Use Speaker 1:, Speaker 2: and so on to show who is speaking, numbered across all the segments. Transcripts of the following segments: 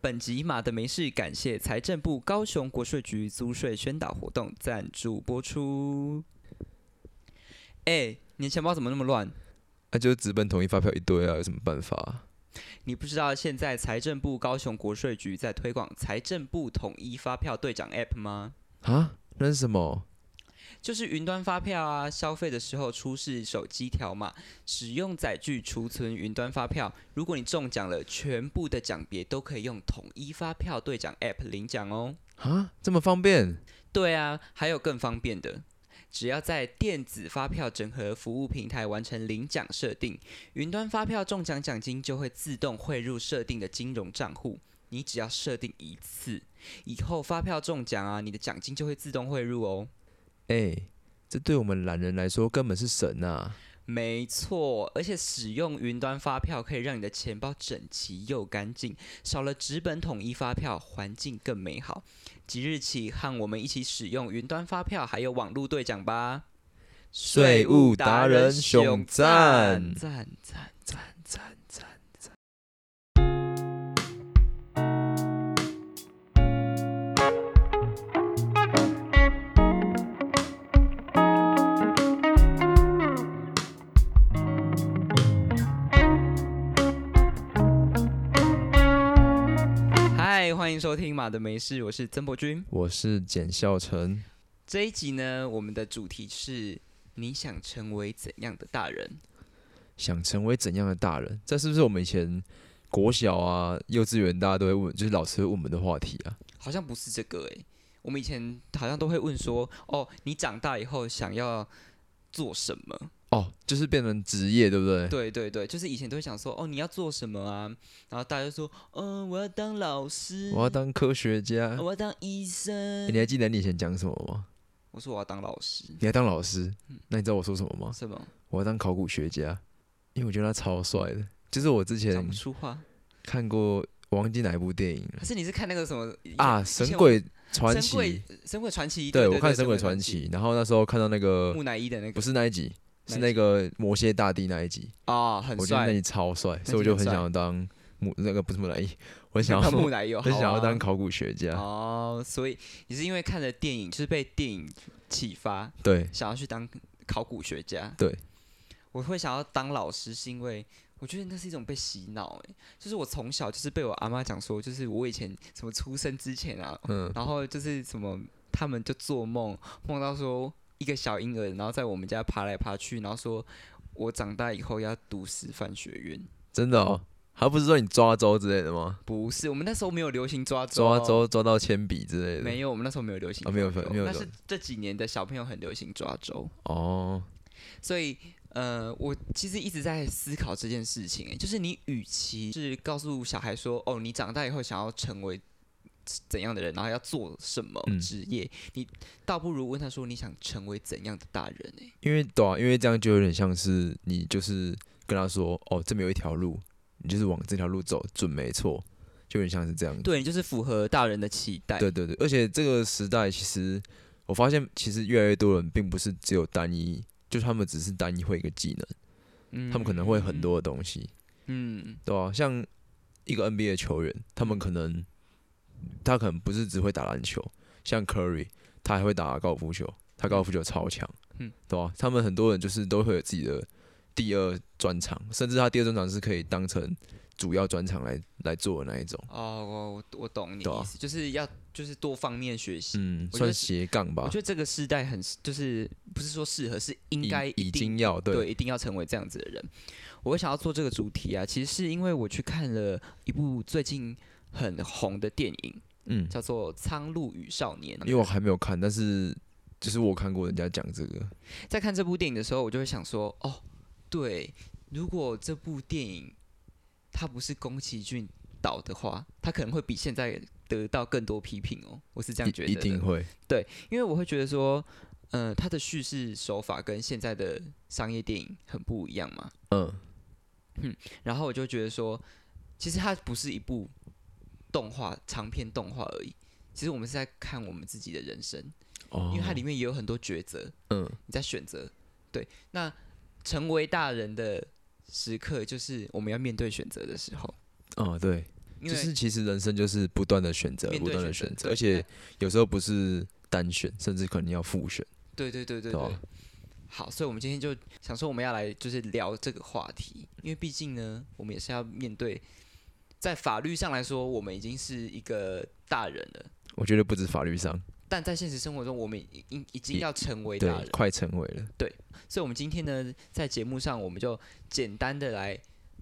Speaker 1: 本集马的没事，感谢财政部高雄国税局租税宣导活动赞助播出。哎、你的钱包怎么那么乱？
Speaker 2: 那、啊就是直奔统一发票一堆啊，有什么办法、
Speaker 1: 你不知道现在财政部高雄国税局在推广财政部统一发票兑奖 App 吗？
Speaker 2: 啊，那是什么？
Speaker 1: 就是云端发票啊，消费的时候出示手机条码，使用载具储存云端发票。如果你中奖了，全部的奖别都可以用统一发票兑奖 App 领奖哦。
Speaker 2: 啊，这么方便？
Speaker 1: 对啊，还有更方便的，只要在电子发票整合服务平台完成领奖设定，云端发票中奖奖金就会自动汇入设定的金融账户。你只要设定一次，以后发票中奖啊，你的奖金就会自动汇入哦。
Speaker 2: 哎、这对我们懒人来说根本是神啊！
Speaker 1: 没错，而且使用云端发票可以让你的钱包整齐又干净，少了纸本统一发票，环境更美好。即日起，和我们一起使用云端发票，还有网络兑奖吧！
Speaker 2: 税务达人
Speaker 1: 熊
Speaker 2: 熊赞
Speaker 1: 赞赞赞赞赞！嗨，欢迎收听《马的没事》，我是曾博君。
Speaker 2: 我是简孝成，
Speaker 1: 这一集呢，我们的主题是你想成为怎样的大人？
Speaker 2: 想成为怎样的大人？这是不是我们以前国小啊、幼稚园大家都会问，就是老师会问我们的话题啊？
Speaker 1: 好像不是这个诶、我们以前好像都会问说，哦，你长大以后想要做什么？
Speaker 2: 哦，就是变成职业，对不对？
Speaker 1: 对对对，就是以前都会想说，哦，你要做什么啊？然后大家就说，嗯、我要当老师，
Speaker 2: 我要当科学家。
Speaker 1: 我要当医
Speaker 2: 欸
Speaker 1: 生。
Speaker 2: 你还记得你以前讲什么吗？
Speaker 1: 我说我要当老师，
Speaker 2: 你还当老师？那你知道我说什么吗？
Speaker 1: 什么
Speaker 2: 我要当考古学家，因为我觉得他超帅的。就是我之
Speaker 1: 讲
Speaker 2: 前
Speaker 1: 不出话？
Speaker 2: 看过，我忘记哪一部电影了
Speaker 1: 还是你是看那个什么
Speaker 2: 啊，《
Speaker 1: 以前
Speaker 2: 神
Speaker 1: 我
Speaker 2: 鬼传
Speaker 1: 神
Speaker 2: 奇》
Speaker 1: 鬼神鬼传奇？
Speaker 2: 对，
Speaker 1: 对
Speaker 2: 我看《
Speaker 1: 《
Speaker 2: 神鬼传奇》，然后那时候看到那》个
Speaker 1: 木乃伊的那个
Speaker 2: 不是那一集，是
Speaker 1: 哪一
Speaker 2: 那个魔蝎大帝那一集，
Speaker 1: 啊、很
Speaker 2: 我觉得那
Speaker 1: 帅
Speaker 2: 一，集超帅，
Speaker 1: 集
Speaker 2: 所以我就
Speaker 1: 很
Speaker 2: 很
Speaker 1: 帅
Speaker 2: 想要当木那个不是木乃伊，我很想要
Speaker 1: 当 木 乃伊哦，
Speaker 2: 很想
Speaker 1: 好
Speaker 2: 要
Speaker 1: 啊
Speaker 2: 当考古学家。
Speaker 1: 哦，所以你是因为看了电影，就是被电影启发，
Speaker 2: 对，
Speaker 1: 想要去当考古学家？
Speaker 2: 对，
Speaker 1: 我会想要当老师，是因为我觉得那是一种被洗脑，哎，就是我从小就是被我阿妈讲说，就是我以前什么出生之前啊，
Speaker 2: 嗯，
Speaker 1: 然后就是什么，他们就做梦，梦到说一个小婴儿，然后在我们家爬来爬去，然后说我长大以后要读师范学院。
Speaker 2: 真的哦，他不是说你抓周之类的吗？
Speaker 1: 不是，我们那时候没有流行抓周，哦
Speaker 2: 抓周抓到铅笔之类的。
Speaker 1: 没有，我们那时候没有流行
Speaker 2: 啊没有
Speaker 1: 抓周
Speaker 2: 没有
Speaker 1: 那
Speaker 2: 流
Speaker 1: 是这几年的小朋友很流行抓周，
Speaker 2: 哦，
Speaker 1: 所以呃，我其实一直在思考这件事情、欸，就是你与其是告诉小孩说，哦，你长大以后想要成为怎样的人，然后要做什么
Speaker 2: 嗯
Speaker 1: 职业，你倒不如问他说，你想成为怎样的大人、欸？
Speaker 2: 因为对啊，因为这样就有点像是你就是跟他说，哦，这边有一条路，你就是往这条路走，准没错，就有点像是这样。
Speaker 1: 对，就是符合大人的期待。
Speaker 2: 对对对，而且这个时代其实我发现，其实越来越多人并不是只有单一，就是他们只是单一会一个技能，
Speaker 1: 嗯，
Speaker 2: 他们可能会很多的东西，
Speaker 1: 嗯，
Speaker 2: 对啊，像一个 NBA 球员，他们可能他可能不是只会打篮球，像 Curry，他还会打高尔夫球，他高尔夫球超强，
Speaker 1: 嗯，
Speaker 2: 对啊，他们很多人就是都会有自己的第二专长，甚至他第二专长是可以当成主要专长来来做的那一种，
Speaker 1: 哦，我我我懂你
Speaker 2: 对啊
Speaker 1: 意思，就是要就是多方面学习。
Speaker 2: 嗯，
Speaker 1: 我觉得
Speaker 2: 算
Speaker 1: 是
Speaker 2: 斜杠吧
Speaker 1: 我觉，得这个世代很就是不是说适合，是应
Speaker 2: 已
Speaker 1: 该一
Speaker 2: 已
Speaker 1: 定
Speaker 2: 经要对
Speaker 1: 对，一定要成为这样子的人。我会想要做这个主题啊，其实是因为我去看了一部最近很红的电影，
Speaker 2: 嗯，
Speaker 1: 叫做《苍鹭与少年》。
Speaker 2: 因为我还没有看，但是就是我看过人家讲这个，
Speaker 1: 在看这部电影的时候，我就会想说，哦，对，如果这部电影它不是宫崎骏导的话，它可能会比现在得到更多批评哦。我是这样觉得
Speaker 2: 一一
Speaker 1: 的
Speaker 2: 定会，
Speaker 1: 因为我会觉得说，呃，它的叙事手法跟现在的商业电影很不一样嘛。
Speaker 2: 嗯，
Speaker 1: 然后我就觉得说，其实它不是一部动画长篇动画而已，其实我们是在看我们自己的人生，
Speaker 2: 哦，
Speaker 1: 因为它里面也有很多抉择，
Speaker 2: 嗯，
Speaker 1: 你在选择。对，那成为大人的时刻，就是我们要面对选择的时候。
Speaker 2: 哦对，
Speaker 1: 因
Speaker 2: 就
Speaker 1: 为
Speaker 2: 是其实人生就是不断的选择，
Speaker 1: 面
Speaker 2: 不
Speaker 1: 对
Speaker 2: 断的
Speaker 1: 选
Speaker 2: 选
Speaker 1: 择
Speaker 2: 择，
Speaker 1: 对
Speaker 2: 而且有时候不是单选，甚至可能要复选，
Speaker 1: 对对对对
Speaker 2: 对吧啊
Speaker 1: 对。好，所以我们今天就想说我们要来就是聊这个话题，因为毕竟呢，我们也是要面对，在法律上来说，我们已经是一个大人了，
Speaker 2: 我觉得不止法律上，
Speaker 1: 但在现实生活中，我们已已已经
Speaker 2: 也
Speaker 1: 要成为
Speaker 2: 对
Speaker 1: 大人，。
Speaker 2: 快成为了。
Speaker 1: 所以，我们今天呢，在节目上，我们就简单的来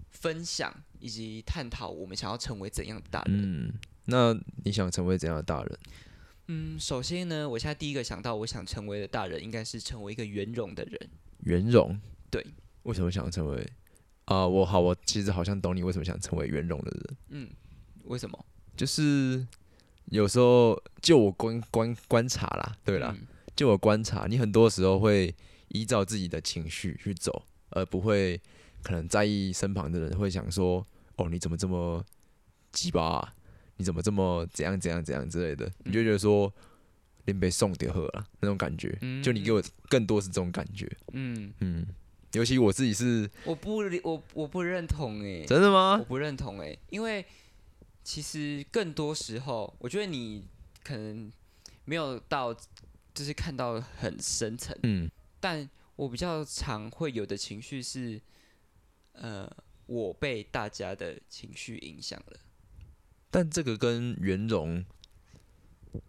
Speaker 1: 分享以及探讨我们想要成为怎样的大人。
Speaker 2: 嗯，那你想成为怎样的大人？
Speaker 1: 嗯，首先呢，我现在第一个想到我想成为的大人，应该是成为一个圆融的人。
Speaker 2: 圆融。
Speaker 1: 对，
Speaker 2: 为什么想成为？啊、我好，我其实好像懂你为什么想成为圆融的人，
Speaker 1: 嗯，为什么？
Speaker 2: 就是有时候就我观观观察啦，对啦，
Speaker 1: 嗯
Speaker 2: 就我观察，你很多时候会依照自己的情绪去走，而不会可能在意身旁的人会想说，哦，你怎么这么鸡巴、啊？你怎么这么怎样怎样怎样之类的？
Speaker 1: 嗯
Speaker 2: 你就觉得说，连被送掉喝了那种感觉，就你给我更多是这种感觉，
Speaker 1: 嗯，
Speaker 2: 嗯，尤其我自己是
Speaker 1: 我不理，我我不认同欸诶、
Speaker 2: 真的
Speaker 1: 我
Speaker 2: 吗？
Speaker 1: 不认同诶、欸因为其实更多时候，我觉得你可能没有到，就是看到很深层。
Speaker 2: 嗯，
Speaker 1: 但我比较常会有的情绪是，呃，我被大家的情绪影响了。
Speaker 2: 但这个跟圆融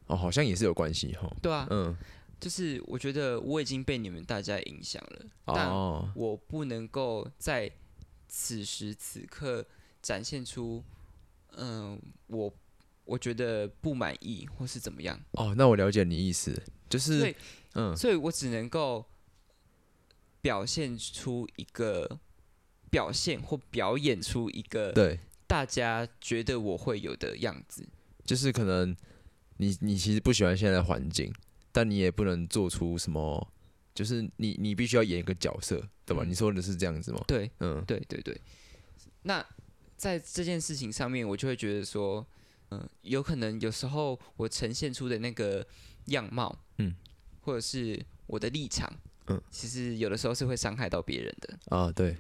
Speaker 2: 哦，好像也是有关系哈。
Speaker 1: 对啊，
Speaker 2: 嗯，
Speaker 1: 就是我觉得我已经被你们大家影响了，但
Speaker 2: 哦，
Speaker 1: 我不能够在此时此刻展现出，嗯、我我觉得不满意或是怎么样，
Speaker 2: 哦，那我了解你意思，就是
Speaker 1: 对
Speaker 2: 嗯，
Speaker 1: 所以我只能够表现出一个表现或表演出一个
Speaker 2: 对，
Speaker 1: 大家觉得我会有的样子。
Speaker 2: 就是可能你你其实不喜欢现在的环境，但你也不能做出什么，就是你你必须要演一个角色，对吧？
Speaker 1: 嗯
Speaker 2: 你说的是这样子吗？
Speaker 1: 对，
Speaker 2: 嗯，
Speaker 1: 对，对，对。那在这件事情上面，我就会觉得说，嗯、有可能有时候我呈现出的那个样貌，
Speaker 2: 嗯，
Speaker 1: 或者是我的立场，
Speaker 2: 嗯，
Speaker 1: 其实有的时候是会伤害到别人的，
Speaker 2: 啊，对，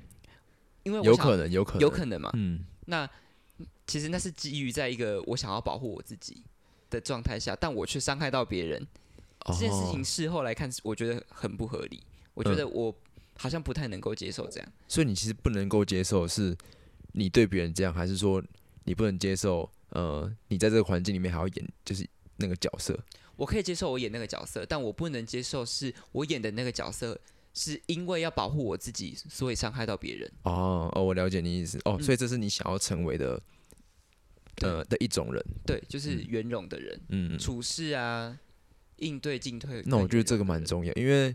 Speaker 1: 因为我
Speaker 2: 有
Speaker 1: 想
Speaker 2: 可能，有可能，
Speaker 1: 有可能嘛。
Speaker 2: 嗯，
Speaker 1: 那其实那是基于在一个我想要保护我自己的状态下，但我却伤害到别人，这件事情
Speaker 2: 哦，
Speaker 1: 事后来看，我觉得很不合理。我觉
Speaker 2: 嗯
Speaker 1: 得我好像不太能够接受这样。
Speaker 2: 所以你其实不能够接受是你对别人这样，还是说你不能接受呃，你在这个环境里面还要演就是那个角色？
Speaker 1: 我可以接受我演那个角色，但我不能接受是我演的那个角色是因为要保护我自己，所以伤害到别人。
Speaker 2: 哦哦，我了解你意思。哦，
Speaker 1: 嗯
Speaker 2: 所以这是你想要成为的，
Speaker 1: 对
Speaker 2: 呃的一种人。
Speaker 1: 对，就是
Speaker 2: 嗯
Speaker 1: 圆融的人，
Speaker 2: 嗯，
Speaker 1: 处事啊，应对进退。
Speaker 2: 那我觉得这个
Speaker 1: 更圆融
Speaker 2: 蛮
Speaker 1: 的人
Speaker 2: 重要，因为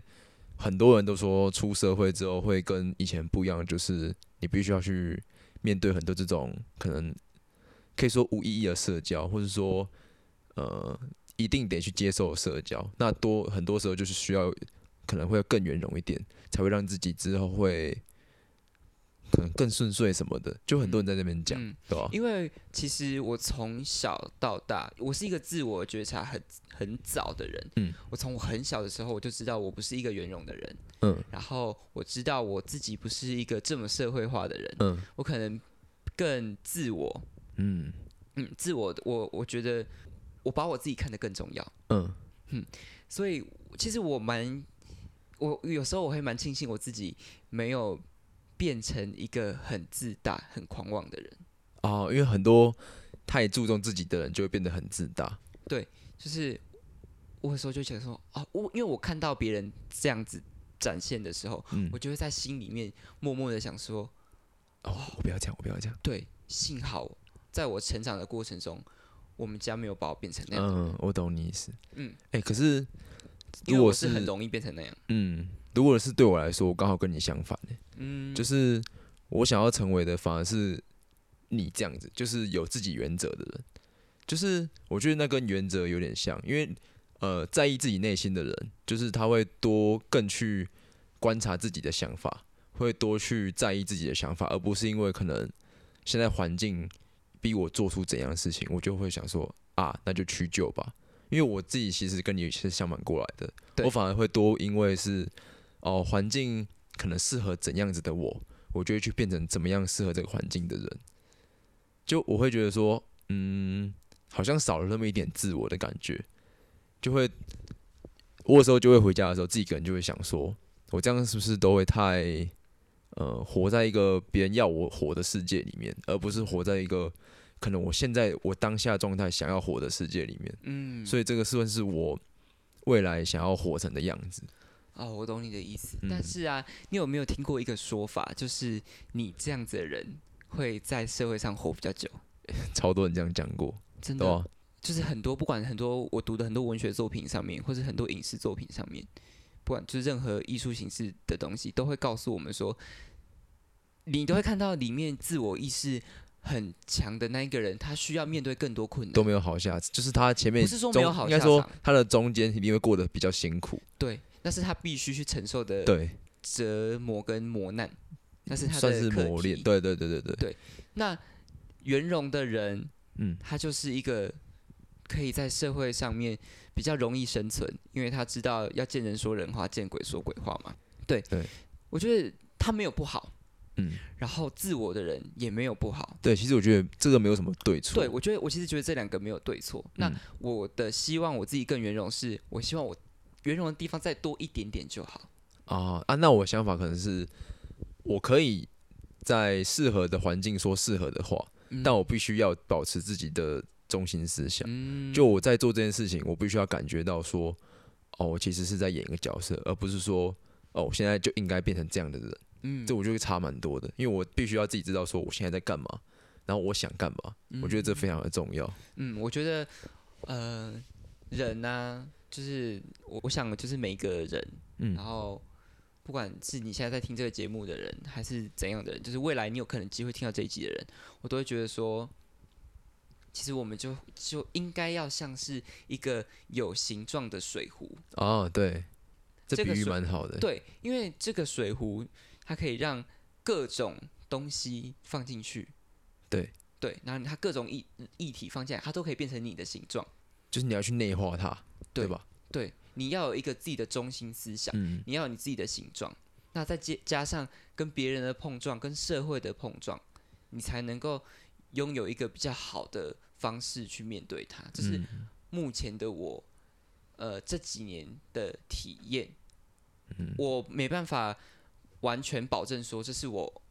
Speaker 2: 很多人都说出社会之后会跟以前不一样，就是你必须要去面对很多这种可能可以说无意义的社交，或者说呃一定得去接受的社交。那多很多时候就是需要可能会更圆融一点，才会让自己之后会可能更顺遂什么的。就很多人在那边讲，
Speaker 1: 嗯，
Speaker 2: 对吧？
Speaker 1: 因为其实我从小到大，我是一个自我觉察很很早的人。
Speaker 2: 嗯，
Speaker 1: 我从我很小的时候我就知道我不是一个圆融的人。
Speaker 2: 嗯
Speaker 1: 然后我知道我自己不是一个这么社会化的人，
Speaker 2: 嗯
Speaker 1: 我可能更自我，
Speaker 2: 嗯
Speaker 1: 嗯，自我，我我觉得我把我自己看得更重要，
Speaker 2: 嗯，
Speaker 1: 所以其实我蛮，我有时候我会蛮庆幸我自己没有变成一个很自大、很狂妄的人，
Speaker 2: 哦，因为很多太注重自己的人就会变得很自大。
Speaker 1: 就是我有时候就想说，啊，我因为我看到别人这样子展现的时候，
Speaker 2: 嗯
Speaker 1: 我，就会在心里面默默的想说，
Speaker 2: 哦，我不要这样，我不要这样。
Speaker 1: 对，幸好在我成长的过程中，我们家没有把我变成那样，
Speaker 2: 嗯，我懂你意思。
Speaker 1: 嗯，
Speaker 2: 哎、可是
Speaker 1: 因
Speaker 2: 如
Speaker 1: 为
Speaker 2: 果
Speaker 1: 我
Speaker 2: 是
Speaker 1: 是很容易变成那样。
Speaker 2: 嗯，如果是对我来说，我刚好跟你相反、欸
Speaker 1: 嗯，
Speaker 2: 就是我想要成为的反而是你这样子，就是有自己原则的人。就是我觉得那跟原则有点像，因为呃，在意自己内心的人，就是他会多更去观察自己的想法，会多去在意自己的想法，而不是因为可能现在环境逼我做出怎样的事情，我就会想说啊，那就屈就吧。因为我自己其实跟你是相反过来的，
Speaker 1: 对
Speaker 2: 我反而会多因为是哦环境可能适合怎样子的我，我就会去变成怎么样适合这个环境的人。就我会觉得说，嗯，好像少了那么一点自我的感觉，就会我有时候就会回家的时候，自己一个人就会想说，我这样是不是都会太呃活在一个别人要我活的世界里面，而不是活在一个可能我现在我当下状态想要活的世界里面。
Speaker 1: 嗯，
Speaker 2: 所以这个算是我未来想要活成的样子。
Speaker 1: 哦，我懂你的意思。
Speaker 2: 嗯
Speaker 1: 但是啊，你有没有听过一个说法，就是你这样子的人会在社会上活比较久？
Speaker 2: 超多人这样讲过，
Speaker 1: 真
Speaker 2: 对
Speaker 1: 的，
Speaker 2: 吧？
Speaker 1: 就是很多不管很多我读的很多文学作品上面，或者很多影视作品上面，不管就是任何艺术形式的东西，都会告诉我们说，你都会看到里面自我意识很强的那一个人，他需要面对更多困
Speaker 2: 都
Speaker 1: 难。
Speaker 2: 没有好下场，就是他前面
Speaker 1: 不是说
Speaker 2: 中
Speaker 1: 没有好
Speaker 2: 应该
Speaker 1: 下
Speaker 2: 说
Speaker 1: 场
Speaker 2: 他的中间一定会过得比较辛苦，
Speaker 1: 对，那是他必须去承受的
Speaker 2: 对，
Speaker 1: 折磨跟磨难，那是他的
Speaker 2: 算是
Speaker 1: 课
Speaker 2: 磨
Speaker 1: 题
Speaker 2: 练，对对对对对，
Speaker 1: 那圆融的人，
Speaker 2: 嗯，
Speaker 1: 他就是一个可以在社会上面比较容易生存，因为他知道要见人说人话，见鬼说鬼话嘛。对，
Speaker 2: 对
Speaker 1: 我觉得他没有不好，
Speaker 2: 嗯，
Speaker 1: 然后自我的人也没有不好。
Speaker 2: 对，其实我觉得这个没有什么对错，
Speaker 1: 对，我觉得我其实觉得这两个没有对错。那
Speaker 2: 嗯
Speaker 1: 我的希望我自己更圆融是，我希望我圆融的地方再多一点点就好。
Speaker 2: 啊啊，那我想法可能是我可以在适合的环境说适合的话，
Speaker 1: 嗯
Speaker 2: 但我必须要保持自己的中心思想。
Speaker 1: 嗯
Speaker 2: 就我在做这件事情，我必须要感觉到说，哦，我其实是在演一个角色，而不是说，哦，我现在就应该变成这样的人。
Speaker 1: 嗯
Speaker 2: 这我就会差蛮多的，因为我必须要自己知道说我现在在干嘛，然后我想干嘛，我觉得这非常的重要。
Speaker 1: 嗯，我觉得，呃，人呢、就是我我想就是每一个人，
Speaker 2: 嗯
Speaker 1: 然后不管是你现在在听这个节目的人，还是怎样的人，就是未来你有可能机会听到这一集的人，我都会觉得说，其实我们就就应该要像是一个有形状的水壶，
Speaker 2: 哦，对，这
Speaker 1: 这
Speaker 2: 比
Speaker 1: 个
Speaker 2: 喻
Speaker 1: 是
Speaker 2: 蛮好的。
Speaker 1: 对，因为这个水壶它可以让各种东西放进去，
Speaker 2: 对
Speaker 1: 对，然后它各种液液体放进来，它都可以变成你的形状。
Speaker 2: 就是你要去内化它，对
Speaker 1: 对
Speaker 2: 吧？
Speaker 1: 对，你要有一个自己的中心思想，
Speaker 2: 嗯，
Speaker 1: 你要有你自己的形状，那再接加上跟别人的碰撞，跟社会的碰撞，你才能够拥有一个比较好的方式去面对它。这是
Speaker 2: 嗯
Speaker 1: 目前的我，呃，这几年的体验，
Speaker 2: 嗯
Speaker 1: 我没办法完全保证说这是我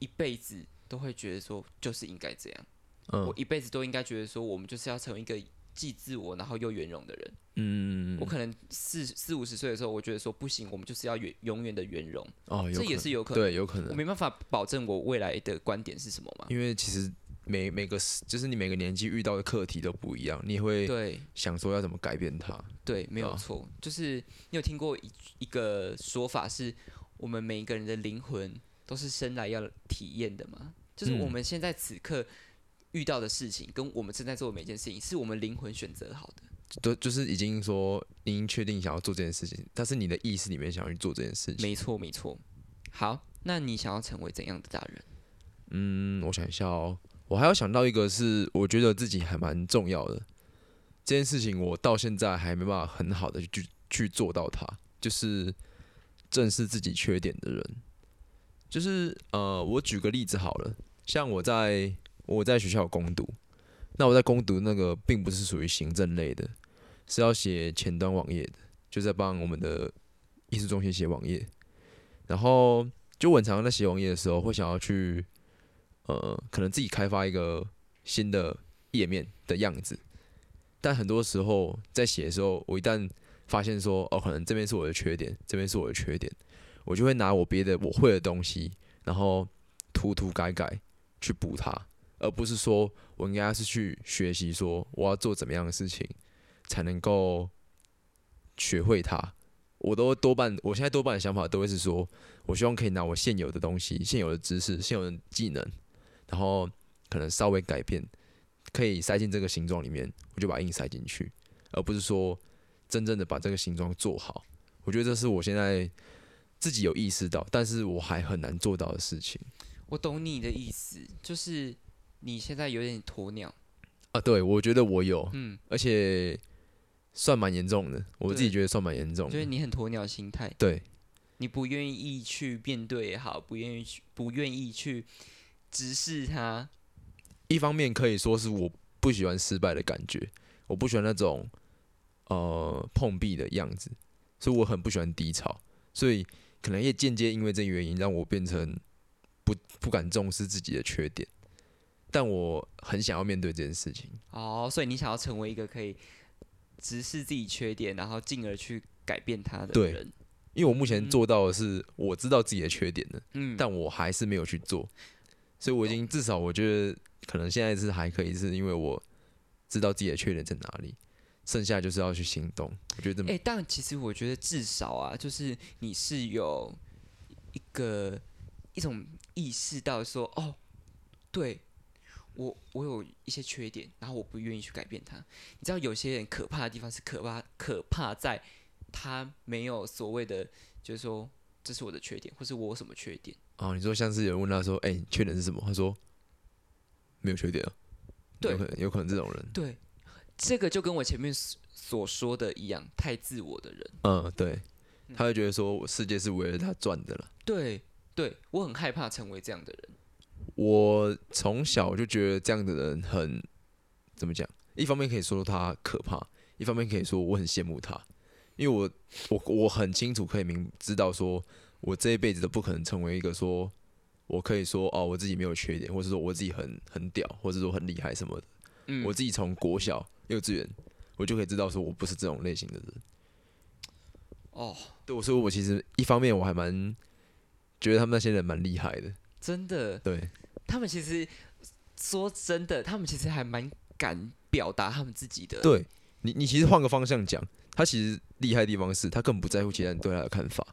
Speaker 1: 一辈子都会觉得说就是应该这样，
Speaker 2: 嗯
Speaker 1: 我一辈子都应该觉得说我们就是要成为一个既自我然后又圆融的人。
Speaker 2: 嗯，
Speaker 1: 我可能四四五十岁的时候，我觉得说不行，我们就是要圆永远的圆融，
Speaker 2: 哦，有
Speaker 1: 这
Speaker 2: 可
Speaker 1: 也
Speaker 2: 能
Speaker 1: 是有可能。
Speaker 2: 对，有可
Speaker 1: 我
Speaker 2: 能，
Speaker 1: 没办法保证我未来的观点是什么嘛？
Speaker 2: 因为其实每每个时就是你每个年纪遇到的课题都不一样，你也会
Speaker 1: 对
Speaker 2: 想说要怎么改变它。
Speaker 1: 对，没有
Speaker 2: 啊
Speaker 1: 错。就是你有听过一一个说法是，我们每一个人的灵魂都是生来要体验的嘛？就是我
Speaker 2: 嗯
Speaker 1: 们现在此刻遇到的事情，跟我们正在做的每件事情，是我们灵魂选择好的。
Speaker 2: 都就是已经说你已经确定想要做这件事情，但是你的意识里面想要去做这件事情。
Speaker 1: 没错，没错。好，那你想要成为怎样的大人？
Speaker 2: 嗯，我想一下哦，我还要想到一个是，我觉得自己还蛮重要的这件事情，我到现在还没办法很好的去去做到它，就是正视自己缺点的人。就是呃，我举个例子好了，像我在我在学校有攻读，那我在攻读那个并不是属于行政类的，是要写前端网页的，就在帮我们的艺术中心写网页，然后就我很常在写网页的时候会想要去。呃，可能自己开发一个新的页面的样子。但很多时候在写的时候，我一旦发现说，哦，可能这边是我的缺点，这边是我的缺点，我就会拿我别的我会的东西，然后涂涂改改去补它，而不是说我应该是去学习说我要做怎么样的事情才能够学会它。我都多半，我现在多半的想法都会是说，我希望可以拿我现有的东西、现有的知识、现有的技能，然后可能稍微改变，可以塞进这个形状里面，我就把印塞进去，而不是说真正的把这个形状做好。我觉得这是我现在自己有意识到，但是我还很难做到的事情
Speaker 1: 我懂你的意思，就是你现在有点鸵鸟，
Speaker 2: 啊。对，我觉得我有，
Speaker 1: 嗯，
Speaker 2: 而且算蛮严重的，我自己
Speaker 1: 对
Speaker 2: 觉得算蛮严重
Speaker 1: 就
Speaker 2: 的
Speaker 1: 是。你很鸵鸟心态，
Speaker 2: 对，
Speaker 1: 你不愿意去面对也好，不愿意去不愿意去直视它，
Speaker 2: 一方面可以说是我不喜欢失败的感觉，我不喜欢那种呃碰壁的样子，所以我很不喜欢低潮，所以可能也间接因为这个原因，让我变成不不敢重视自己的缺点，但我很想要面对这件事情。
Speaker 1: 哦，所以你想要成为一个可以直视自己缺点，然后进而去改变它的
Speaker 2: 对
Speaker 1: 人。
Speaker 2: 因为我目前
Speaker 1: 嗯
Speaker 2: 做到的是，我知道自己的缺点的，
Speaker 1: 嗯，
Speaker 2: 但我还是没有去做，所以我已经至少我觉得可能现在是还可以，是因为我知道自己的缺点在哪里，剩下就是要去行动。我觉得这么
Speaker 1: 哎、但其实我觉得至少啊，就是你是有一个一种意识到说，哦，对我我有一些缺点，然后我不愿意去改变它。你知道有些人可怕的地方是可怕，可怕在他没有所谓的，就是说这是我的缺点，或是我有什么缺点。
Speaker 2: 哦，你说像是有人问他说：“哎、你缺点是什么？”他说：“没有缺点啊。”
Speaker 1: 对
Speaker 2: 有可能有可能这种人，
Speaker 1: 对，这个就跟我前面所所说的一样，太自我的人。
Speaker 2: 嗯，对，他会觉得说世界是围着他转的了。
Speaker 1: 对，对我很害怕成为这样的人。
Speaker 2: 我从小就觉得这样的人很怎么讲？一方面可以说他可怕，一方面可以说我很羡慕他，因为我我我很清楚可以明知道说，我这一辈子都不可能成为一个说我可以说哦我自己没有缺点，或是说我自己很很屌，或是说很厉害什么的。
Speaker 1: 嗯，
Speaker 2: 我自己从国小幼稚园，我就可以知道说我不是这种类型的人。
Speaker 1: 哦，
Speaker 2: 对，所以我其实一方面我还蛮觉得他们那些人蛮厉害的，
Speaker 1: 真的，
Speaker 2: 对，
Speaker 1: 他们其实呃说真的，他们其实还蛮敢表达他们自己的。，
Speaker 2: 对你，你其实换个方向讲，他其实厉害的地方是他更不在乎其他人对他的看法，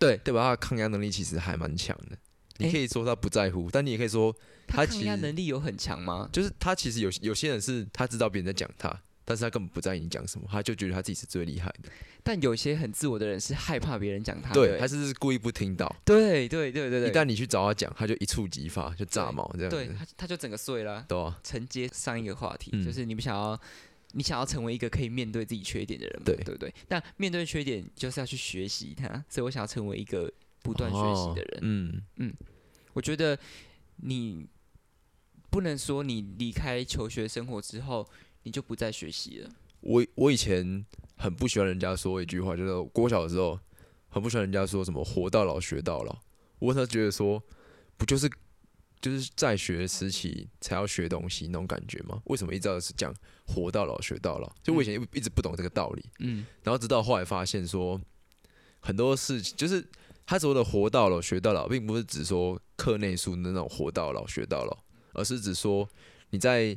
Speaker 1: 对
Speaker 2: 对吧？他的抗压能力其实还蛮强的。你
Speaker 1: 诶
Speaker 2: 可以说他不在乎，但你也可以说，
Speaker 1: 他
Speaker 2: 他
Speaker 1: 抗
Speaker 2: 其
Speaker 1: 压
Speaker 2: 实
Speaker 1: 能力有很强吗？
Speaker 2: 就是他其实有有些人是他知道别人在讲他，但是他根本不在意你讲什么，他就觉得他自己是最厉害的。
Speaker 1: 但有些很自我的人是害怕别人讲他的。
Speaker 2: 对，他是故意不听到。
Speaker 1: 对，对，对，啊对，
Speaker 2: 一
Speaker 1: 对，
Speaker 2: 旦你去找他讲，他就一触即发，就炸毛这样
Speaker 1: 对
Speaker 2: 子。
Speaker 1: 他他就整个碎了啊。
Speaker 2: 对啊，
Speaker 1: 承接上一个话题，
Speaker 2: 嗯
Speaker 1: 就是你们想要，你想要成为一个可以面对自己缺点的人嘛，
Speaker 2: 对
Speaker 1: 对不对？那面对缺点就是要去学习它，所以我想要成为一个不
Speaker 2: 不
Speaker 1: 断学习的人。
Speaker 2: 嗯，
Speaker 1: 我觉得你不能说你离开求学生活之后你就不再学习了，
Speaker 2: 我我以前很不喜欢人家说一句话，就是我国小的时候很不喜欢人家说什么“活到老学到老”。我那时候觉得说，不就是就是在学时期才要学东西那种感觉吗？为什么一直要是讲“活到老学到老”？就我以前一一直不懂这个道理，
Speaker 1: 嗯，
Speaker 2: 然后直到后来发现说，很多事情就是他所谓的“活到老学到老”，并不是指说课内书的那种“活到老学到老”，而是指说你在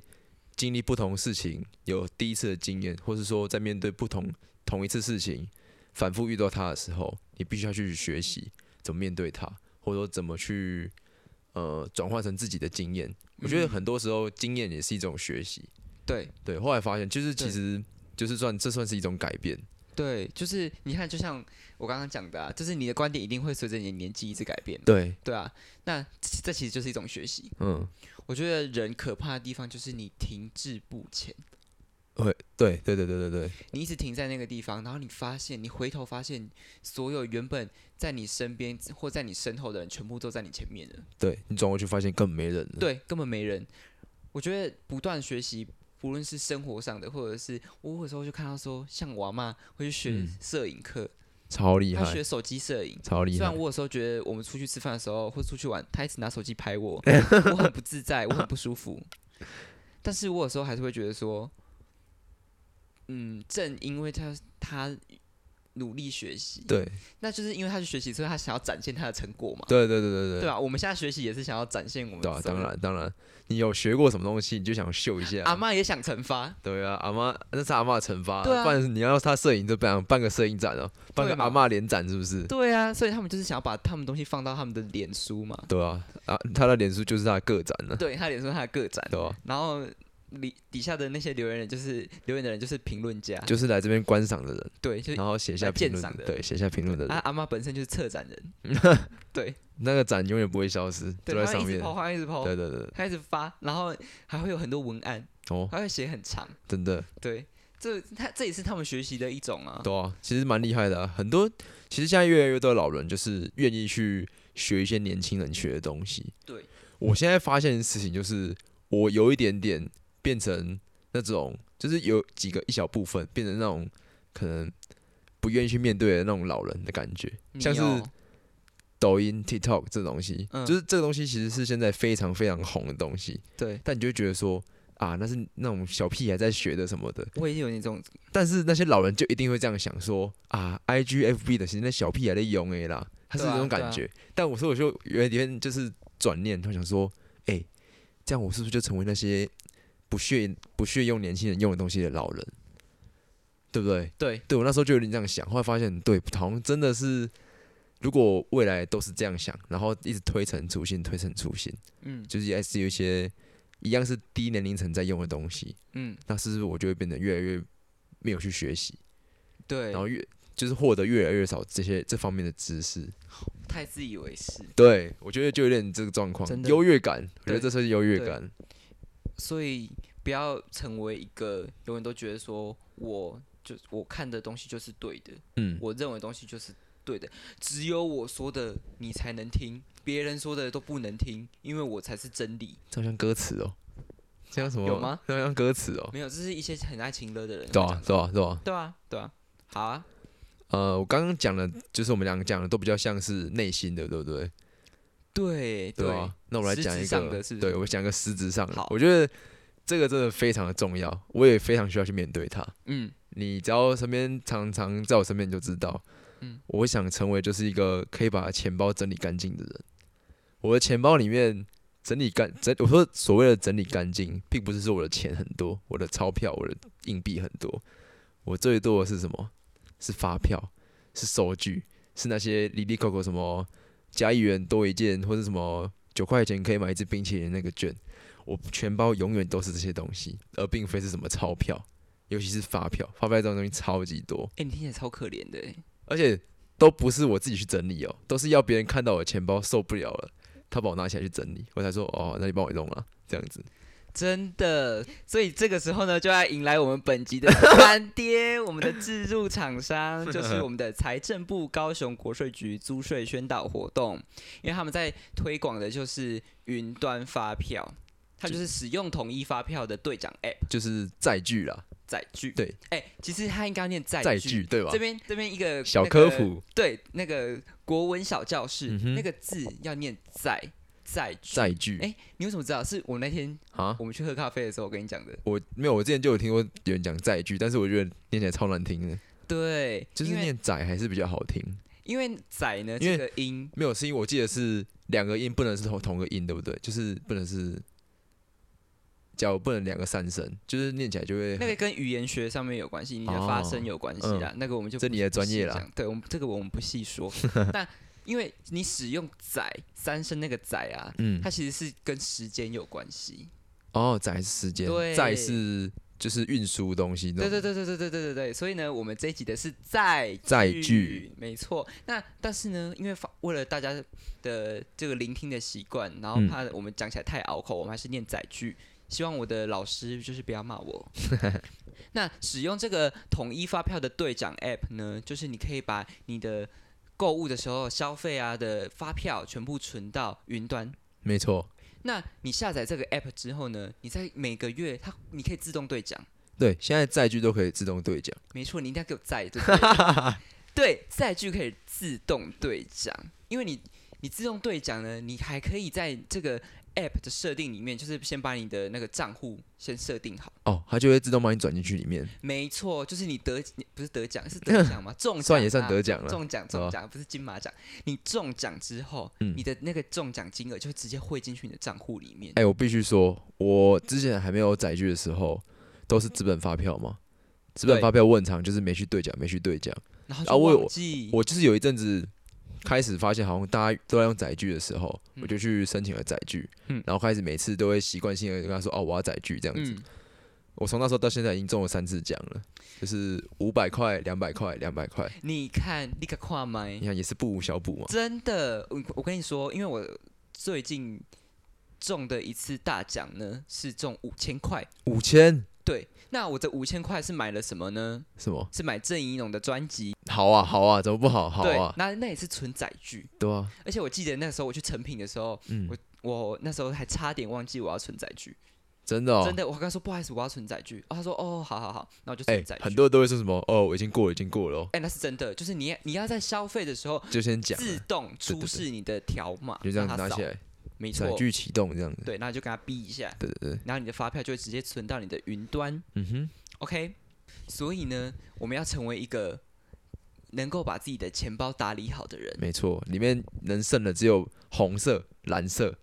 Speaker 2: 经历不同事情有第一次的经验，或是说在面对不同同一次事情反复遇到它的时候，你必须要去学习怎么面对它，或者说怎么去呃转换成自己的经验。我觉得
Speaker 1: 嗯
Speaker 2: 很多时候经验也是一种学习。
Speaker 1: 对
Speaker 2: 对，后来发现就是其
Speaker 1: 对
Speaker 2: 实就是算这算是一种改变。
Speaker 1: 对，就是你看，就像我刚刚讲的、啊，就是你的观点一定会随着你的年纪一直改变，
Speaker 2: 对，
Speaker 1: 对啊，那这这其实就是一种学习。
Speaker 2: 嗯。
Speaker 1: 我觉得人可怕的地方就是你停滞不前。
Speaker 2: 会，对对对对对对，
Speaker 1: 你一直停在那个地方，然后你发现，你回头发现，所有原本在你身边或在你身后的人，全部都在你前面了。
Speaker 2: 对你转过去发现根本没人了。，
Speaker 1: 对，根本没人。我觉得不断学习，不论是生活上的，或者是我有时候就看到说，像我妈会去学
Speaker 2: 嗯
Speaker 1: 摄影课，
Speaker 2: 超厉
Speaker 1: 她
Speaker 2: 害，
Speaker 1: 学手机摄影。
Speaker 2: 超厉
Speaker 1: 虽
Speaker 2: 害
Speaker 1: 然。我有时候觉得我们出去吃饭的时候或出去玩，她一直拿手机拍我，我很不自在，我很不舒服。 但是我有时候还是会觉得说，嗯，正因为她她努力学习，
Speaker 2: 对
Speaker 1: 那就是因为他去学习，所以他想要展现他的成果嘛，
Speaker 2: 对对对对
Speaker 1: 对
Speaker 2: 对，
Speaker 1: 吧、我们现在学习也是想要展现我们
Speaker 2: 对啊，
Speaker 1: 自己
Speaker 2: 当。然当然，你有学过什么东西，你就想秀一下。
Speaker 1: 阿妈也想惩罚，
Speaker 2: 对啊，阿妈那是阿妈的惩罚，
Speaker 1: 对啊
Speaker 2: 不然你要他摄影就办办个摄影展哦，办个
Speaker 1: 对嘛
Speaker 2: 阿妈联展是不是？
Speaker 1: 对啊，所以他们就是想要把他们东西放到他们的脸书嘛，
Speaker 2: 对啊，啊，他的脸书就是他的个展了，
Speaker 1: 对他脸书他的个展，
Speaker 2: 对啊吧？
Speaker 1: 然后里底下的那些留言人就是留言的人就是评论家，
Speaker 2: 就是来这边观赏的人，
Speaker 1: 对，就是
Speaker 2: 然后写下
Speaker 1: 来鉴
Speaker 2: 评论
Speaker 1: 赏的啊
Speaker 2: 的，对，写下评论的
Speaker 1: 阿
Speaker 2: 人，
Speaker 1: 阿妈本身就是策展人，对
Speaker 2: 那个展永远不会消失，都
Speaker 1: 对，
Speaker 2: 在
Speaker 1: 他一
Speaker 2: 上
Speaker 1: 直
Speaker 2: 面。
Speaker 1: 抛，他一直抛，
Speaker 2: 对对对，
Speaker 1: 他一直发，然后还会有很多文案，
Speaker 2: 哦，
Speaker 1: 还会写很长，
Speaker 2: 真的，
Speaker 1: 对，这他这也是他们学习的一种啊，
Speaker 2: 对啊，其实蛮厉害的、啊。很多其实现在越来越多的老人就是愿意去学一些年轻人学的东西。
Speaker 1: 对，
Speaker 2: 我现在发现的事情就是，我有一点点变成那种，就是有几个一小部分变成那种可能不愿意去面对的那种老人的感觉，
Speaker 1: 你
Speaker 2: 像是
Speaker 1: 有
Speaker 2: 抖音、TikTok 这东西，
Speaker 1: 嗯
Speaker 2: 就是这个东西其实是现在非常非常红的东西，
Speaker 1: 对，
Speaker 2: 但你就会觉得说啊，那是那种小屁孩在学的什么的，
Speaker 1: 我也有那种
Speaker 2: 但是那些老人就一定会这样想说啊，IGFB 的其实那小屁孩在用 A 啦，他是
Speaker 1: 对啊
Speaker 2: 这种感觉。但我说我就有一点就是转念，他想说，哎、这样我是不是就成为那些不屑不屑用年轻人用的东西的老人，对不对？
Speaker 1: 对
Speaker 2: 对我那时候就有点这样想，后来发现对，好像真的是，如果未来都是这样想，然后一直推陈出新，推陈出新，
Speaker 1: 嗯
Speaker 2: 就是还是有一些一样是低年龄层在用的东西，
Speaker 1: 嗯
Speaker 2: 那是不是我就会变得越来越没有去学习，
Speaker 1: 对
Speaker 2: 然，后越就是获得越来越少这些这方面的知识？
Speaker 1: 太自以为是，
Speaker 2: 对我觉得就有点这个状
Speaker 1: 真
Speaker 2: 况，
Speaker 1: 的
Speaker 2: 优越感，我觉
Speaker 1: 对
Speaker 2: 得这是优越
Speaker 1: 对
Speaker 2: 感。
Speaker 1: 所以不要成为一个永远都觉得说我就我看的东西就是对的，
Speaker 2: 嗯，
Speaker 1: 我认为的东西就是对的，只有我说的你才能听，别人说的都不能听，因为我才是真理。
Speaker 2: 这好像歌词哦，这像什么？
Speaker 1: 有吗？
Speaker 2: 这好像歌词哦，
Speaker 1: 没有，这是一些很爱情乐的人会
Speaker 2: 对
Speaker 1: 讲
Speaker 2: 啊
Speaker 1: 的，，
Speaker 2: 对啊，对啊。
Speaker 1: 对啊，对啊，好啊，
Speaker 2: 呃，我刚刚讲的，就是我们两个讲的都比较像是内心的，对不对？
Speaker 1: 对
Speaker 2: 对啊。那我来
Speaker 1: 实
Speaker 2: 讲
Speaker 1: 质
Speaker 2: 一
Speaker 1: 上
Speaker 2: 个，
Speaker 1: 的是不是
Speaker 2: 对我讲一个实质上的
Speaker 1: 好，
Speaker 2: 我觉得这个真的非常的重要，我也非常需要去面对它。
Speaker 1: 嗯，
Speaker 2: 你只要身边常常在我身边，你就知道，
Speaker 1: 嗯
Speaker 2: 我想成为就是一个可以把钱包整理干净的人。我的钱包里面整理干整，我说所谓的整理干净，并不是说我的钱很多，我的钞票、我的硬币很多，我最多的是什么？是发票，是收据，是那些里里扣扣什么加一元多一件，或者什么九块钱可以买一支冰淇淋那个券。我钱包永远都是这些东西，而并非是什么钞票。尤其是发票，发票这种东西超级多，
Speaker 1: 哎、你听起来超可怜的欸，
Speaker 2: 而且都不是我自己去整理哦，都是要别人看到我的钱包受不了了，他把我拿起来去整理，我才说哦，那你帮我弄了，这样子。
Speaker 1: 真的。所以这个时候呢，就要迎来我们本集的干爹，我们的自助厂 商就是我们的财政部高雄国税局租税宣导活动，因为他们在推广的就是云端发票，它就是使用统一发票的兑奖 App
Speaker 2: 就是载具啦，
Speaker 1: 载具。
Speaker 2: 对，
Speaker 1: 哎、其实它应该要念载
Speaker 2: 载
Speaker 1: 具。
Speaker 2: 具对吧
Speaker 1: 这？边这边一个
Speaker 2: 小
Speaker 1: 那
Speaker 2: 科
Speaker 1: 个
Speaker 2: 普
Speaker 1: 对，那个国文小教室、
Speaker 2: 嗯哼
Speaker 1: 那个字要念载载具。
Speaker 2: 载具，
Speaker 1: 哎、你为什么知道？是我那天
Speaker 2: 啊，
Speaker 1: 我们去喝咖啡的时候我跟你讲的。
Speaker 2: 我没有，我之前就有听过有人讲载具，但是我觉得念起来超难听的，
Speaker 1: 对，
Speaker 2: 就是
Speaker 1: 因为
Speaker 2: 念载还是比较好听。
Speaker 1: 因为载呢
Speaker 2: 因
Speaker 1: 这
Speaker 2: 为
Speaker 1: 个音，
Speaker 2: 没有，是因为我记得是两个音不能是同同个音，对不对？就是不能是，假如不能两个三声，就是念起来就会
Speaker 1: 那个跟语言学上面有关系，你的发声有关系啦。那个我们就
Speaker 2: 哦嗯这
Speaker 1: 不
Speaker 2: 你的专业啦
Speaker 1: 细讲对，我们这个我们不细 说。那因为你使用载三声那个载啊，
Speaker 2: 嗯
Speaker 1: 它其实是跟时间有关系。
Speaker 2: 哦，载是时间，
Speaker 1: 对
Speaker 2: 载是就是运输东西，
Speaker 1: 对对，对对对对对对对，所以呢，我们这一集的是载
Speaker 2: 载
Speaker 1: 具
Speaker 2: 具，
Speaker 1: 没错。那但是呢，因为发为了大家的这个聆听的习惯，然后
Speaker 2: 嗯
Speaker 1: 怕我们讲起来太拗口，我们还是念载具。希望我的老师就是不要骂我。那使用这个统一发票的兑奖 App 呢，就是你可以把你的购物的时候消费啊的发票全部存到云端。
Speaker 2: 没错，
Speaker 1: 那你下载这个 App 之后呢，你在每个月它你可以自动兑奖。
Speaker 2: 对，现在载具都可以自动兑奖，
Speaker 1: 没错，你一定要给我载对 不对？对，载具可以自动兑奖，因为你你自动兑奖呢，你还可以在这个 app 的设定里面，就是先把你的那个账户先设定好。
Speaker 2: 哦，它就会自动帮你转进去里面，
Speaker 1: 没错，就是你得你不是得奖是得奖 吗？中奖、啊、
Speaker 2: 算也算得奖了，
Speaker 1: 中奖
Speaker 2: 是吧
Speaker 1: 中奖不是金马奖，你中奖之后，
Speaker 2: 嗯
Speaker 1: 你的那个中奖金额就会直接汇进去你的账户里面。
Speaker 2: 哎、我必须说，我之前还没有载具的时候，都是资本发票嘛。资本
Speaker 1: 对
Speaker 2: 发票问常就是没去兑奖，没去兑奖。
Speaker 1: 然后
Speaker 2: 啊
Speaker 1: 就
Speaker 2: 我有
Speaker 1: 忘记、
Speaker 2: 我就是有一阵子开始发现，好像大家都在用载具的时候，
Speaker 1: 嗯
Speaker 2: 我就去申请了载具，
Speaker 1: 嗯
Speaker 2: 然后开始每次都会习惯性的跟他说：“哦，我要载具。”这样子。
Speaker 1: 嗯，
Speaker 2: 我从那时候到现在已经中了三次奖了，就是五百块、两百块、两百块。
Speaker 1: 你看立刻跨麦
Speaker 2: 你，看也是不无小补嘛。
Speaker 1: 真的，我我跟你说，因为我最近中的一次大奖呢是中五千块。
Speaker 2: 五千
Speaker 1: 对，那我这五千块是买了什么呢？
Speaker 2: 什么？
Speaker 1: 是买郑怡农的专辑。
Speaker 2: 好啊，好啊，怎么不好？好
Speaker 1: 对
Speaker 2: 啊，，
Speaker 1: 那那也是存载具。
Speaker 2: 对啊，
Speaker 1: 而且我记得那时候我去成品的时候，
Speaker 2: 嗯，
Speaker 1: 我那时候还差点忘记我要存载具。
Speaker 2: 真的、哦，
Speaker 1: 真的，我跟他说不好意思，我要存载具。哦，他说哦，好好好，那我就
Speaker 2: 哎、
Speaker 1: 存载具。
Speaker 2: 很多人都会说什么哦，我已经过了，已经过了哦，
Speaker 1: 哎、那是真的，就是你你要在消费的时候
Speaker 2: 就先讲了，啊
Speaker 1: 自动
Speaker 2: 对
Speaker 1: 出
Speaker 2: 对
Speaker 1: 示你的条码，
Speaker 2: 就这样
Speaker 1: 让他
Speaker 2: 拿
Speaker 1: 扫
Speaker 2: 起，来，
Speaker 1: 没错
Speaker 2: 载，具启动这样子。
Speaker 1: 对，那就跟他逼一下，
Speaker 2: 对对对，
Speaker 1: 然后你的发票就会直接存到你的云端。
Speaker 2: 嗯哼，
Speaker 1: OK，所以呢，我们要成为一个能够把自己的钱包打理好的人。
Speaker 2: 没错，里面能剩的只有红色、蓝色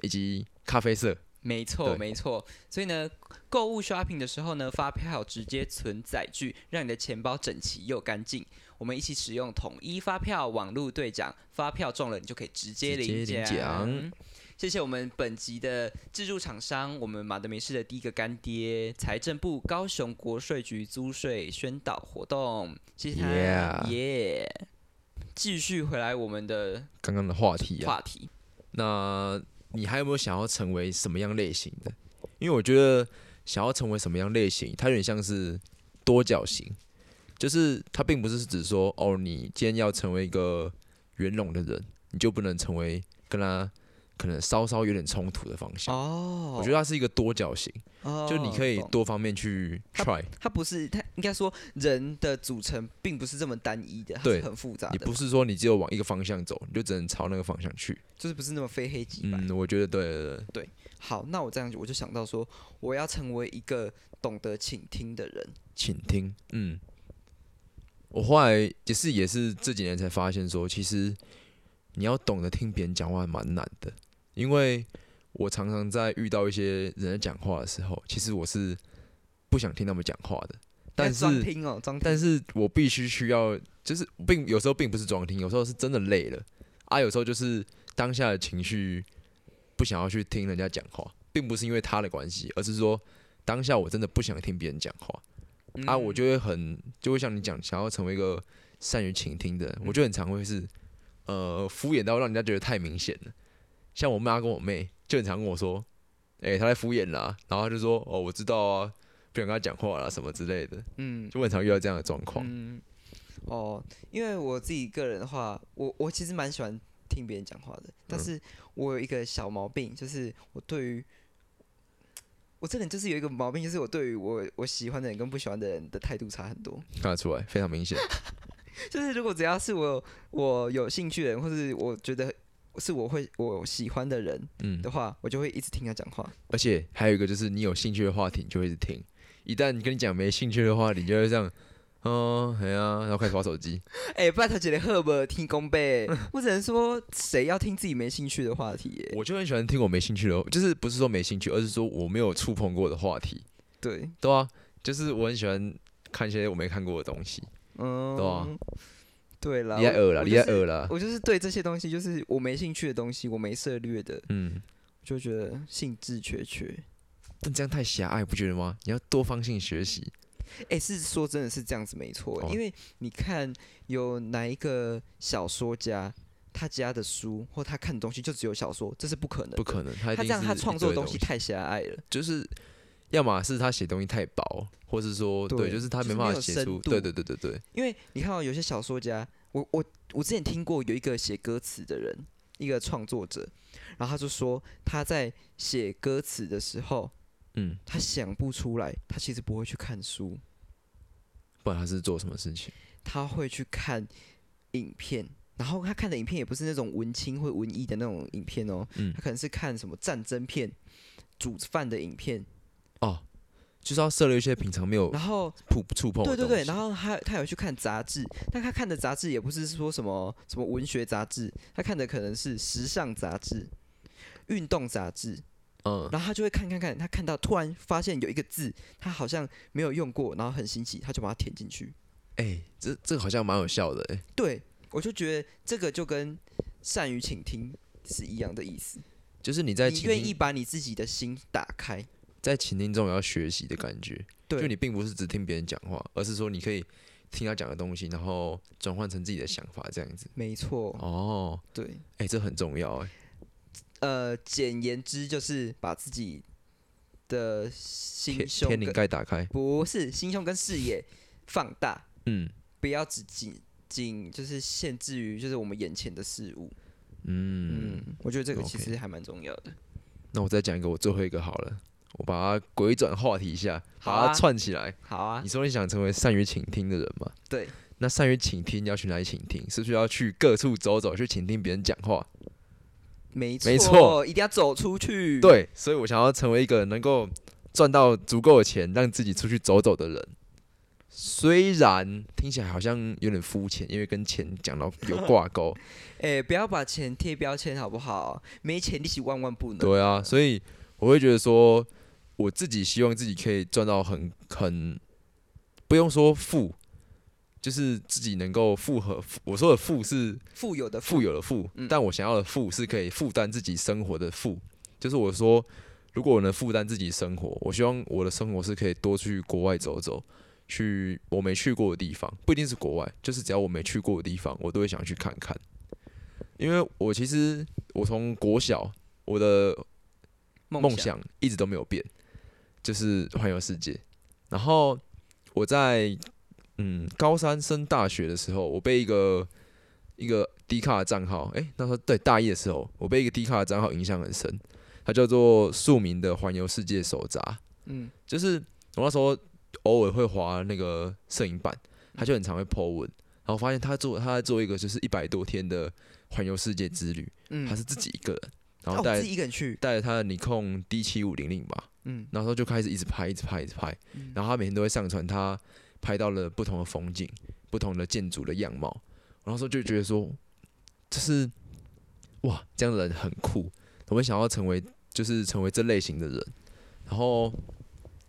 Speaker 2: 以及咖啡色。
Speaker 1: 没错，
Speaker 2: 对
Speaker 1: 没错。所以呢，购物 shopping 的时候呢，发票直接存载具，让你的钱包整齐又干净。我们一起使用统一发票网络兑奖，发票中了你就可以直接
Speaker 2: 直接
Speaker 1: 领
Speaker 2: 领
Speaker 1: 奖。
Speaker 2: 奖
Speaker 1: 谢谢我们本集的自助厂商，我们马德梅市的第一个干爹，财政部高雄国税局租税宣导活动，谢谢他，
Speaker 2: Yeah
Speaker 1: 耶、继续回来我们的
Speaker 2: 刚刚的话题啊，
Speaker 1: 话题，
Speaker 2: 那你还有没有想要成为什么样类型的？因为我觉得想要成为什么样类型，它有点像是多角形，就是它并不是只说哦，你今天要成为一个圆融的人，你就不能成为跟他可能稍稍有点冲突的方向。
Speaker 1: 哦
Speaker 2: 我觉得它是一个多角形，
Speaker 1: 哦
Speaker 2: 就你可以
Speaker 1: 懂
Speaker 2: 多方面去 try，
Speaker 1: 它不是，它应该说人的组成并不是这么单一的，它是
Speaker 2: 对
Speaker 1: 很复杂
Speaker 2: 你
Speaker 1: 的，
Speaker 2: 不是说你只有往一个方向走，你就只能朝那个方向去。
Speaker 1: 就是不是那么非黑即白。
Speaker 2: 嗯，我觉得对对对，
Speaker 1: 好，那我这样我就想到说，我要成为一个懂得倾听的人。
Speaker 2: 请听。嗯，我后来也是也是这几年才发现说，其实你要懂得听别人讲话蛮难的，因为我常常在遇到一些人在讲话的时候，其实我是不想听他们讲话的，但
Speaker 1: 要装
Speaker 2: 是
Speaker 1: 听哦，装听。
Speaker 2: 但是我必须需要，就是并有时候并不是装听，有时候是真的累了啊，有时候就是当下的情绪不想要去听人家讲话，并不是因为他的关系，而是说当下我真的不想听别人讲话。啊，我
Speaker 1: 嗯
Speaker 2: 就会很就会像你讲，想要成为一个善于倾听的人，我就
Speaker 1: 嗯
Speaker 2: 很常会是呃敷衍到让人家觉得太明显了。像我妈跟我妹就很常跟我说，哎、她在敷衍啦，然后她就说哦我知道啊，不想跟她讲话啦什么之类的，
Speaker 1: 嗯
Speaker 2: 就很常遇到这样的状况。
Speaker 1: 嗯哦，因为我自己个人的话，我我其实蛮喜欢听别人讲话的，但
Speaker 2: 嗯
Speaker 1: 是我有一个小毛病，就是我对于。我这个人就是有一个毛病，就是我对于我我喜欢的人跟不喜欢的人的态度差很多。
Speaker 2: 看得出来，非常明显。
Speaker 1: 就是如果只要是我我有兴趣的人，或是我觉得是我会我喜欢的人
Speaker 2: 嗯
Speaker 1: 的，话，我就会一直听他讲话。
Speaker 2: 而且还有一个就是，你有兴趣的话题，你就会一直听；一旦跟你讲没兴趣的话，你就会这样，嗯，哎呀、然后开始玩手机。
Speaker 1: 哎、拜托姐姐赫伯听公 呗，我只能说谁要听自己没兴趣的话题耶？
Speaker 2: 我就很喜欢听我没兴趣的，就是不是说没兴趣，而是说我没有触碰过的话题。
Speaker 1: 对，
Speaker 2: 对啊，就是我很喜欢看一些我没看过的东西。
Speaker 1: 嗯，
Speaker 2: 对啊
Speaker 1: 对啦，
Speaker 2: 你在
Speaker 1: 我
Speaker 2: 恶啦，
Speaker 1: 我
Speaker 2: 你
Speaker 1: 就
Speaker 2: 在
Speaker 1: 是
Speaker 2: 恶啦。
Speaker 1: 我就是对这些东西，就是我没兴趣的东西，我没涉略的，
Speaker 2: 嗯，
Speaker 1: 就觉得兴致缺缺。
Speaker 2: 但这样太狭隘，不觉得吗？你要多方性学习。
Speaker 1: 哎、是说真的是这样子没错，
Speaker 2: 哦
Speaker 1: 因为你看有哪一个小说家，他家的书或他看的东西就只有小说，这是不可能的，
Speaker 2: 不可能，他一
Speaker 1: 他
Speaker 2: 定
Speaker 1: 这样他
Speaker 2: 是一
Speaker 1: 创作的
Speaker 2: 堆东
Speaker 1: 东西太狭隘了，
Speaker 2: 就是。要么是他写东西太薄，或是说
Speaker 1: 对
Speaker 2: 对，就是他
Speaker 1: 就是
Speaker 2: 没
Speaker 1: 没
Speaker 2: 办
Speaker 1: 有
Speaker 2: 法写
Speaker 1: 深
Speaker 2: 出，
Speaker 1: 度
Speaker 2: 对对对对对，
Speaker 1: 因为你看哦到、有些小说家，我我我之前听过有一个写歌词的人，一个创作者，然后他就说他在写歌词的时候，
Speaker 2: 嗯，
Speaker 1: 他想不出来，他其实不会去看书，
Speaker 2: 不管他是做什么事情，
Speaker 1: 他会去看影片，然后他看的影片也不是那种文青或文艺的那种影片哦，
Speaker 2: 嗯
Speaker 1: 他可能是看什么战争片、煮饭的影片，
Speaker 2: 哦，就是要涉猎一些平常没有
Speaker 1: 然后
Speaker 2: 触触碰
Speaker 1: 对对
Speaker 2: 的哦东西。
Speaker 1: 对，然后他他有去看杂志，但他看的杂志也不是说什么什么文学杂志，他看的可能是时尚杂志、运动杂志，
Speaker 2: 嗯，
Speaker 1: 然后他就会看看看，他看到突然发现有一个字，他好像没有用过，然后很新奇，他就把它填进去。
Speaker 2: 哎、这这个好像蛮有效的、哎，
Speaker 1: 对我就觉得这个就跟善于倾听是一样的意思，
Speaker 2: 就是你在
Speaker 1: 你
Speaker 2: 呃倾
Speaker 1: 愿
Speaker 2: 听
Speaker 1: 意把你自己的心打开。
Speaker 2: 在倾听中也要学习的感觉。
Speaker 1: 对，
Speaker 2: 就你并不是只听别人讲话，而是说你可以听他讲的东西，然后转换成自己的想法，这样子。
Speaker 1: 没错，
Speaker 2: 哦，
Speaker 1: 对。
Speaker 2: 哎、这很重要哎、
Speaker 1: 呃，简言之就是把自己的心
Speaker 2: 天
Speaker 1: 胸
Speaker 2: 天灵
Speaker 1: 跟
Speaker 2: 盖打开，
Speaker 1: 不是心胸跟视野放大，
Speaker 2: 嗯
Speaker 1: 不要只仅仅就是限制于就是我们眼前的事物。
Speaker 2: 嗯。
Speaker 1: 嗯，我觉得这个其
Speaker 2: OK
Speaker 1: 实还蛮重要的。
Speaker 2: 那我再讲一个我最后一个好了，我把它鬼转话题一下，
Speaker 1: 好啊
Speaker 2: 把它串起来。
Speaker 1: 好啊
Speaker 2: 你，说你想成为善于倾听的人吗？
Speaker 1: 对。
Speaker 2: 那善于倾听，你要去哪里倾听？是不是要去各处走走，去倾听别人讲话？
Speaker 1: 没错，
Speaker 2: 没错
Speaker 1: 一定要走出去。，
Speaker 2: 对，所以我想要成为一个能够赚到足够的钱，让自己出去走走的人。虽然听起来好像有点肤浅，因为跟钱讲到有挂钩，
Speaker 1: 哎、不要把钱贴标签好不好？没钱利息万万不能。
Speaker 2: 对啊，所以我会觉得说，我自己希望自己可以赚到很很，不用说富，就是自己能够复合。我说的富是
Speaker 1: 富有的
Speaker 2: 富
Speaker 1: 富，
Speaker 2: 有的富，
Speaker 1: 嗯
Speaker 2: 但我想要的富是可以负担自己生活的富。就是我说，如果我能负担自己生活，我希望我的生活是可以多去国外走走，去我没去过的地方，不一定是国外，就是只要我没去过的地方，我都会想去看看。因为我其实我从国小，我的
Speaker 1: 梦
Speaker 2: 梦想一直都没有变，就是环游世界。然后我在嗯高三升大学的时候，我被一个一个低卡的账号，诶，那时候对大一的时候，我被一个低卡的账号影响很深，它叫做庶民的环游世界手札。
Speaker 1: 嗯，
Speaker 2: 就是我那时候偶尔会滑那个摄影版，他就很常会 po 文，然后发现他做他在做一个就是一百多天的环游世界之旅，
Speaker 1: 嗯，
Speaker 2: 他是自己一个人，然
Speaker 1: 哦
Speaker 2: 后带
Speaker 1: 自己一个人去，
Speaker 2: 带着他的尼控 D 七五零零吧，
Speaker 1: 嗯，
Speaker 2: 然后就开始一直拍，一直拍，一直拍，然后他每天都会上传他拍到了不同的风景、不同的建筑的样貌，然后那时候就觉得说，就是哇，这样的人很酷，我们想要成为就是成为这类型的人。然后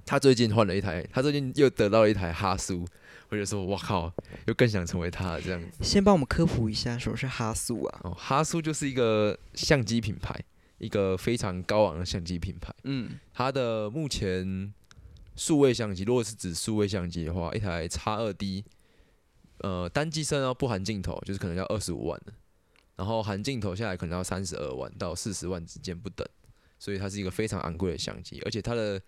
Speaker 2: 他最近换了一台，他最近又得到了一台哈苏，我就说，哇靠，又更想成为他了这样子。
Speaker 1: 先帮我们科普一下什么是哈苏啊？
Speaker 2: 哦，哈苏就是一个相机品牌，一个非常高昂的相机品牌。
Speaker 1: 嗯，
Speaker 2: 它的目前数位相机，如果是指数位相机的话，一台 X 二 D，呃，单机身哦，不含镜头，就是可能要二十五万的，然后含镜头下来可能要三十二万到四十万之间不等，所以它是一个非常昂贵的相机，而且它的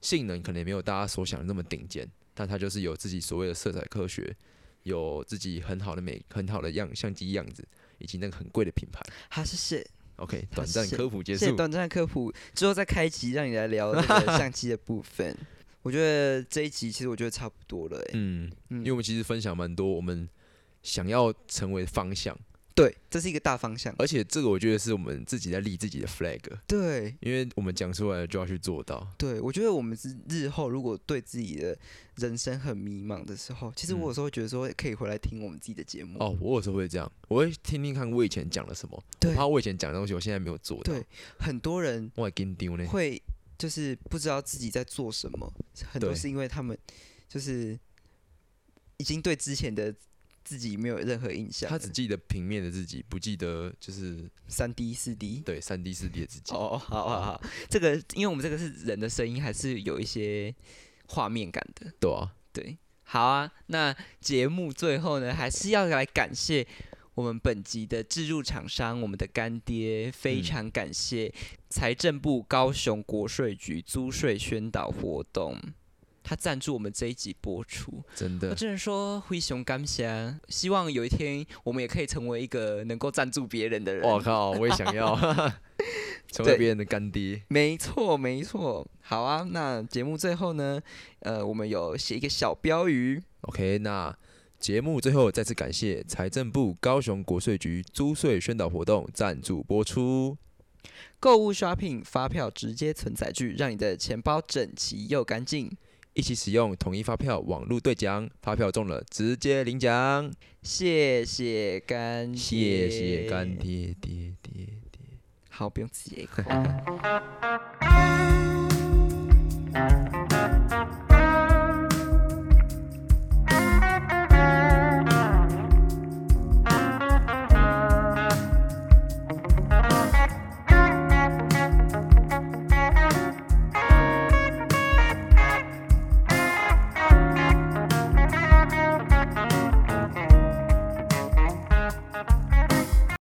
Speaker 2: 性能可能也没有大家所想的那么顶尖，但它就是有自己所谓的色彩科学，有自己很好的美、很好的样相机样子，以及那个很贵的品牌。
Speaker 1: 哈是谢
Speaker 2: OK，
Speaker 1: 它
Speaker 2: 短
Speaker 1: 是
Speaker 2: 暂
Speaker 1: 谁
Speaker 2: 科普结
Speaker 1: 谢谢
Speaker 2: 束。
Speaker 1: 短暂的科普，之后再开一集让你来聊这个相机的部 分。我觉得这一集其实我觉得差不多了、欸，
Speaker 2: 嗯，
Speaker 1: 嗯
Speaker 2: 因为我们其实分享蛮多我们想要成为的方向，
Speaker 1: 对，这是一个大方向。
Speaker 2: 而且这个我觉得是我们自己在立自己的 flag，
Speaker 1: 对，
Speaker 2: 因为我们讲出来了就要去做到。
Speaker 1: 对，我觉得我们是日后如果对自己的人生很迷茫的时候，其实我有时候会觉得说可以回来听我们自己的节目。
Speaker 2: 嗯哦，我有时候会这样，我会听听看我以前讲了什么，
Speaker 1: 对
Speaker 2: 我怕我以前讲的东西我啊现在没有做到，
Speaker 1: 对，很多人
Speaker 2: 我还跟丢呢。
Speaker 1: 会就是不知道自己在做什么，很多
Speaker 2: 对
Speaker 1: 是因为他们就是已经对之前的自己没有任何印象了。
Speaker 2: 他只记得平面的自己，不记得就是
Speaker 1: 三 D、四 D。
Speaker 2: 对三 D 四 D 的自己。
Speaker 1: 哦，好好好，这个因为我们这个是人的声音，还是有一些画面感的。
Speaker 2: 对啊，
Speaker 1: 对，好啊。那节目最后呢，还是要来感谢我们本集的置入厂商，我们的干爹，非
Speaker 2: 嗯
Speaker 1: 常感谢财政部高雄国税局租税宣导活动。他赞助我们这一集播出，
Speaker 2: 真
Speaker 1: 我
Speaker 2: 的，
Speaker 1: 只能说灰熊感谢。啊希望有一天我们也可以成为一个能够赞助别人的人。
Speaker 2: 我靠，我也 想要 成为别人的干爹。
Speaker 1: 没错，没错。好啊，那节目最后呢，呃，我们有写一个小标语，
Speaker 2: OK，那节目最后再次感谢财政部高雄国税局租税宣导活动赞助播出。
Speaker 1: 购物 shopping 发票直接存载具，让你的钱包整齐又干净。
Speaker 2: 一起使用统一发票网络兑奖，发票中了直接领奖，
Speaker 1: 谢谢干爹，
Speaker 2: 谢谢干。爹爹爹。
Speaker 1: 好，不用自己 echo